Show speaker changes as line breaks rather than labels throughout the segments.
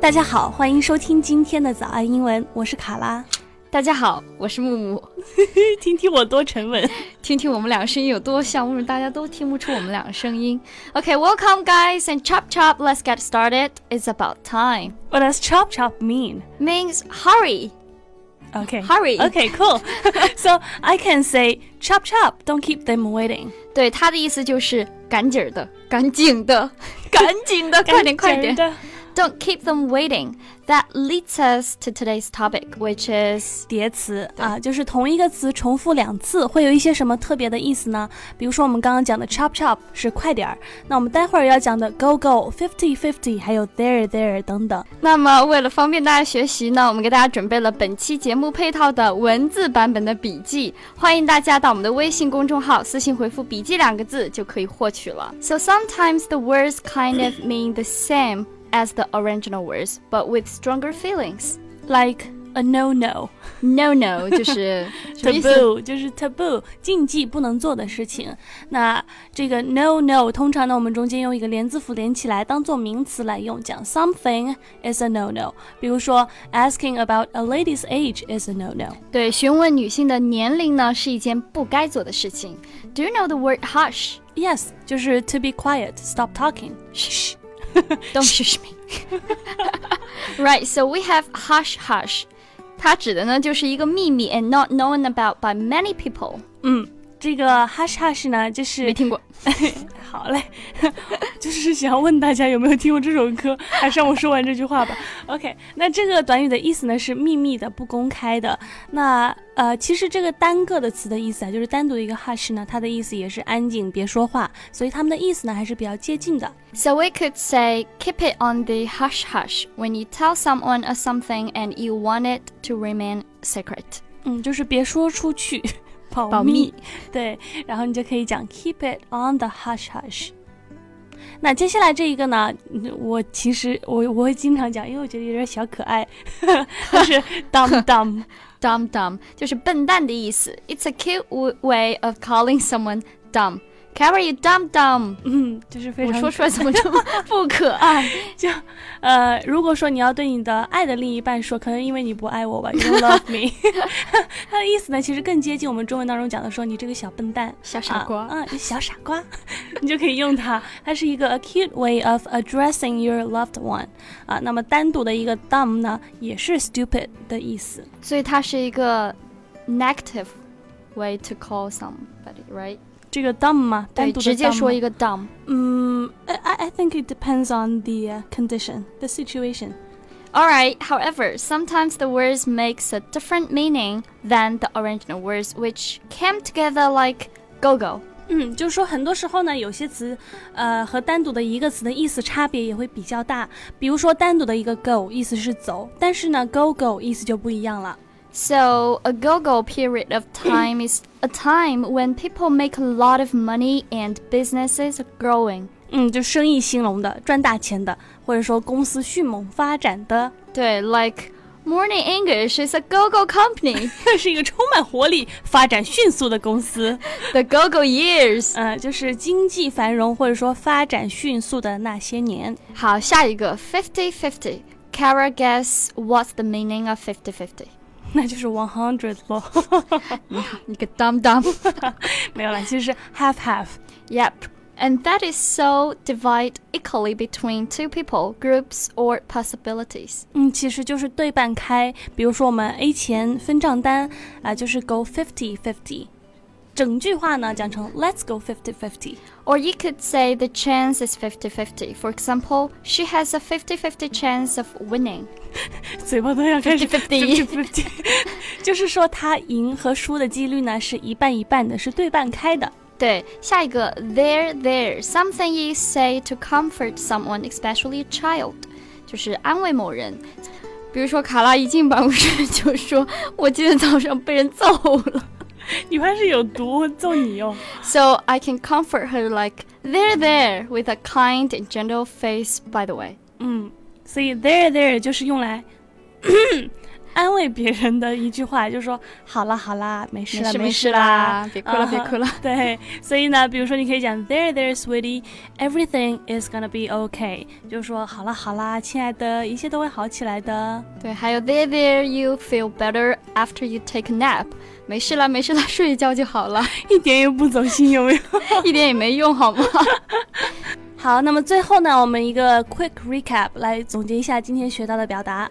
大家好，欢迎收听今天的早安英文，我是卡拉。
大家好，我是木木，
听听我多沉稳。
听听我们俩声音有多像，为什么大家都听不出我们俩声音？OK，welcome、guys and chop chop. Let's get started. It's about time.
What does chop chop mean?
Means hurry.
Okay.
Hurry.
Okay, cool. so I can say chop chop, don't keep them waiting.
对，它的意思就是赶紧儿的，赶紧的，赶 紧的，快点，快点。Don't keep them waiting. That leads us to today's topic, which is
叠词啊，就是同一个词重复两次，会有一些什么特别的意思呢？比如说我们刚刚讲的 chop chop 是快点儿，那我们待会儿要讲的 go go、fifty fifty，还有 there there 等等。
那么，为了方便大家学习呢，我们给大家准备了本期节目配套的文字版本的笔记，欢迎大家到我们的微信公众号私信回复“笔记”两个字就可以获取了。So sometimes the words kind of mean the same as the original words, but with stronger feelings.
Like a no no
No, no，就是 什么意思？
taboo 就是 taboo 禁忌不能做的事情。那这个 no no 通常呢，我们中间用一个连字符连起来当做名词来用，讲 something is a no no。比如说 asking about a lady's age is a no no。
对，询问女性的年龄呢是一件不该做的事情。Do you know the word hush?
Yes，就是 to be quiet, stop talking。
Don't shush me. right, so we have hush hush. 它指的呢就是一个秘密 and not known about by many people。
嗯，这个 hush hush 呢，就
没
是
听过。
好嘞， 就是想问大家有没有听过这首歌，还是让我说完这句话吧。OK，那这个短语的意思呢是秘密的、不公开的。那呃，其实这个单个的词的意思啊，就是单独一个 hush 呢，它的意思也是安静，别说话，所以它们的意思呢还是比较接近的。
So we could say keep it on the hush hush when you tell someone or something and you want it to remain secret.
嗯，就是别说出去， 保密。
保密
对，然后你就可以讲 keep it on the hush hush。那接下来这一个呢，嗯我其实我我会经常讲，因为我觉得有点小可爱， 就是 dumb dumb。
Dumb dumb 就是笨蛋的意思。It's a cute w- way of calling someone dumb. Carry you dumb dumb.
嗯，就是非
我
常
说出来怎么这 么不可爱？
呃，如果说你要对你的爱的另一半说，可能因为你不爱我吧，you don't love me，它的意思呢，其实更接近我们中文当中讲的说你这个小笨蛋，
小傻瓜。
啊，嗯，小傻瓜， 你就可以用它。它是一个 a cute way of addressing your loved one 啊。那么单独的一个 dumb 呢，也是 stupid 的意思。
所以它是一个 negative way to call somebody, right？
这个 dumb 嘛，单
对，
独的
直接
dumb
说一
吗
个 dumb。
嗯，I I I think it depends on the uh, condition, the situation.
Alright, however, sometimes the words makes a different meaning than the original words, which came together like go go.
嗯，就是说很多时候呢，有些词，呃，和单独的一个词的意思差别也会比较大。比如说单独的一个 go 意思是走，但是呢，go go 意思就不一样了。
So a go go period of time is a time when people make a lot of money and businesses are growing.
嗯，就生意兴隆的、赚大钱的，或者说公司迅猛发展的，
对，like Morning English is a go go company.
是一个充满活力、发展迅速的公司。
the go go years.
呃，就是经济繁荣或者说发展迅速的那些年。
好，下一个 fifty fifty。Kara, guess what's the meaning of fifty fifty？
那就是 one hundred 咯，
你个 dumb dumb。
没有啦，其实是 half half。
yep. And that is so divide equally between two people, groups, or possibilities.
嗯，其实就是对半开。比如说我们 A 钱分账单啊、就是 go fifty fifty。整句话呢讲成 Let's go fifty fifty。
Or you could say the chance is 50 50. For example, she has a 50 50 chance of winning.
嘴巴都要开始
50-50
50-50就是说他赢和输的几率呢是一半一半的，是对半开的。
对，下一个 there there something you say to comfort someone, especially a child，就是安慰某人。比如说，卡拉一进办公室就说：“我今天早上被人揍了。
你怕是有毒，我揍你哦哟、
”So I can comfort her like there there with a kind and gentle face. By the way,
嗯，所以 there there 就是用来 安慰别人的一句话，就说好啦好啦，没事
没
啦
事没
事
事啦，别哭了
啊
别哭了。
对，所以呢，比如说你可以讲 There there sweetie, everything is gonna be okay，就说好啦好啦，亲爱的，一切都会好起来的。
对，还有 There there you feel better after you take a nap。没事啦，没事啦，睡一觉就好了，
一点也不走心，有没有？
一点也没用，好吗？
好，那么最后呢，我们一个 quick recap 来总结一下今天学到的表达。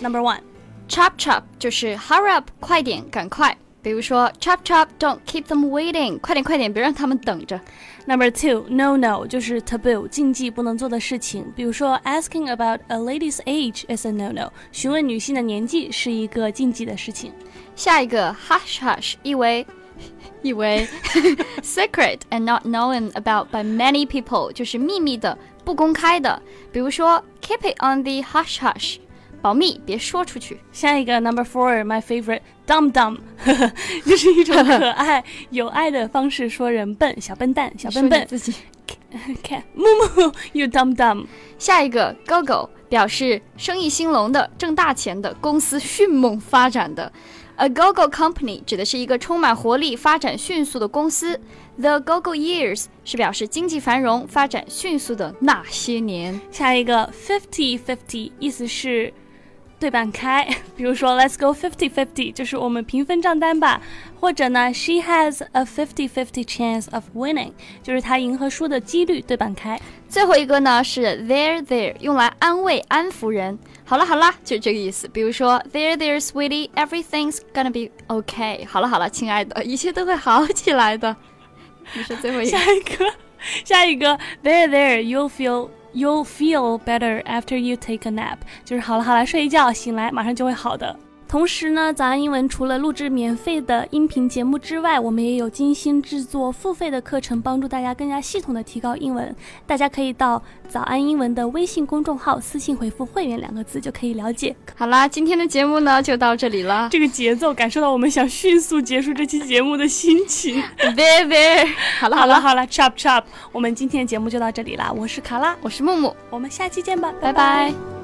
Number one，
Chop chop 就是 hurry up，快点，赶快。比如说 chop chop，don't keep them waiting，快点快点，别让他们等着。
Number two, no no 就是 taboo 禁忌不能做的事情，比如说 asking about a lady's age is a no no，询问女性的年纪是一个禁忌的事情。
下一个 hush hush，意 为意为 secret and not known about by many people，就是秘密的、不公开的。比如说 keep it on the hush hush，保密，别说出去。
下一个 number four, my favorite dumb dumb，呵呵 就是一种可爱有爱的方式说人笨、小笨蛋、小笨
说你
笨。
自己。
看木木，you dumb dumb。
下一个 go go 表示生意兴隆的、挣大钱的、公司迅猛发展的。A go-go company 指的是一个充满活力、发展迅速的公司。The go-go years 是表示经济繁荣、发展迅速的那些年。
下一个 fifty fifty 意思是对半开， 比如说 Let's go fifty fifty 就是我们平分账单吧，或者呢 She has a fifty fifty chance of winning 就是她赢和输的几率对半开。
最后一个呢是 there there，用来安慰、安抚人。好了好了，就是这个意思。比如说 there there sweetie everything's gonna be okay。好了好了，亲爱的， 一切都会好起来的。你是最后一个
下。一个，下一个 There there you feel you feel better after you take a nap 就是好了好了，睡一觉醒来马上就会好的。同时呢，早安英文除了录制免费的音频节目之外，我们也有精心制作付费的课程，帮助大家更加系统的提高英文。大家可以到早安英文的微信公众号私信回复“会员”两个字就可以了解。
好啦，今天的节目呢就到这里了。
这个节奏感受到我们想迅速结束这期节目的心情。
There there，好了
好
好
了
了，
好了，chop chop，我们今天节目就到这里啦。我是卡拉，
我是木木，
我们下期见吧，
拜
拜
拜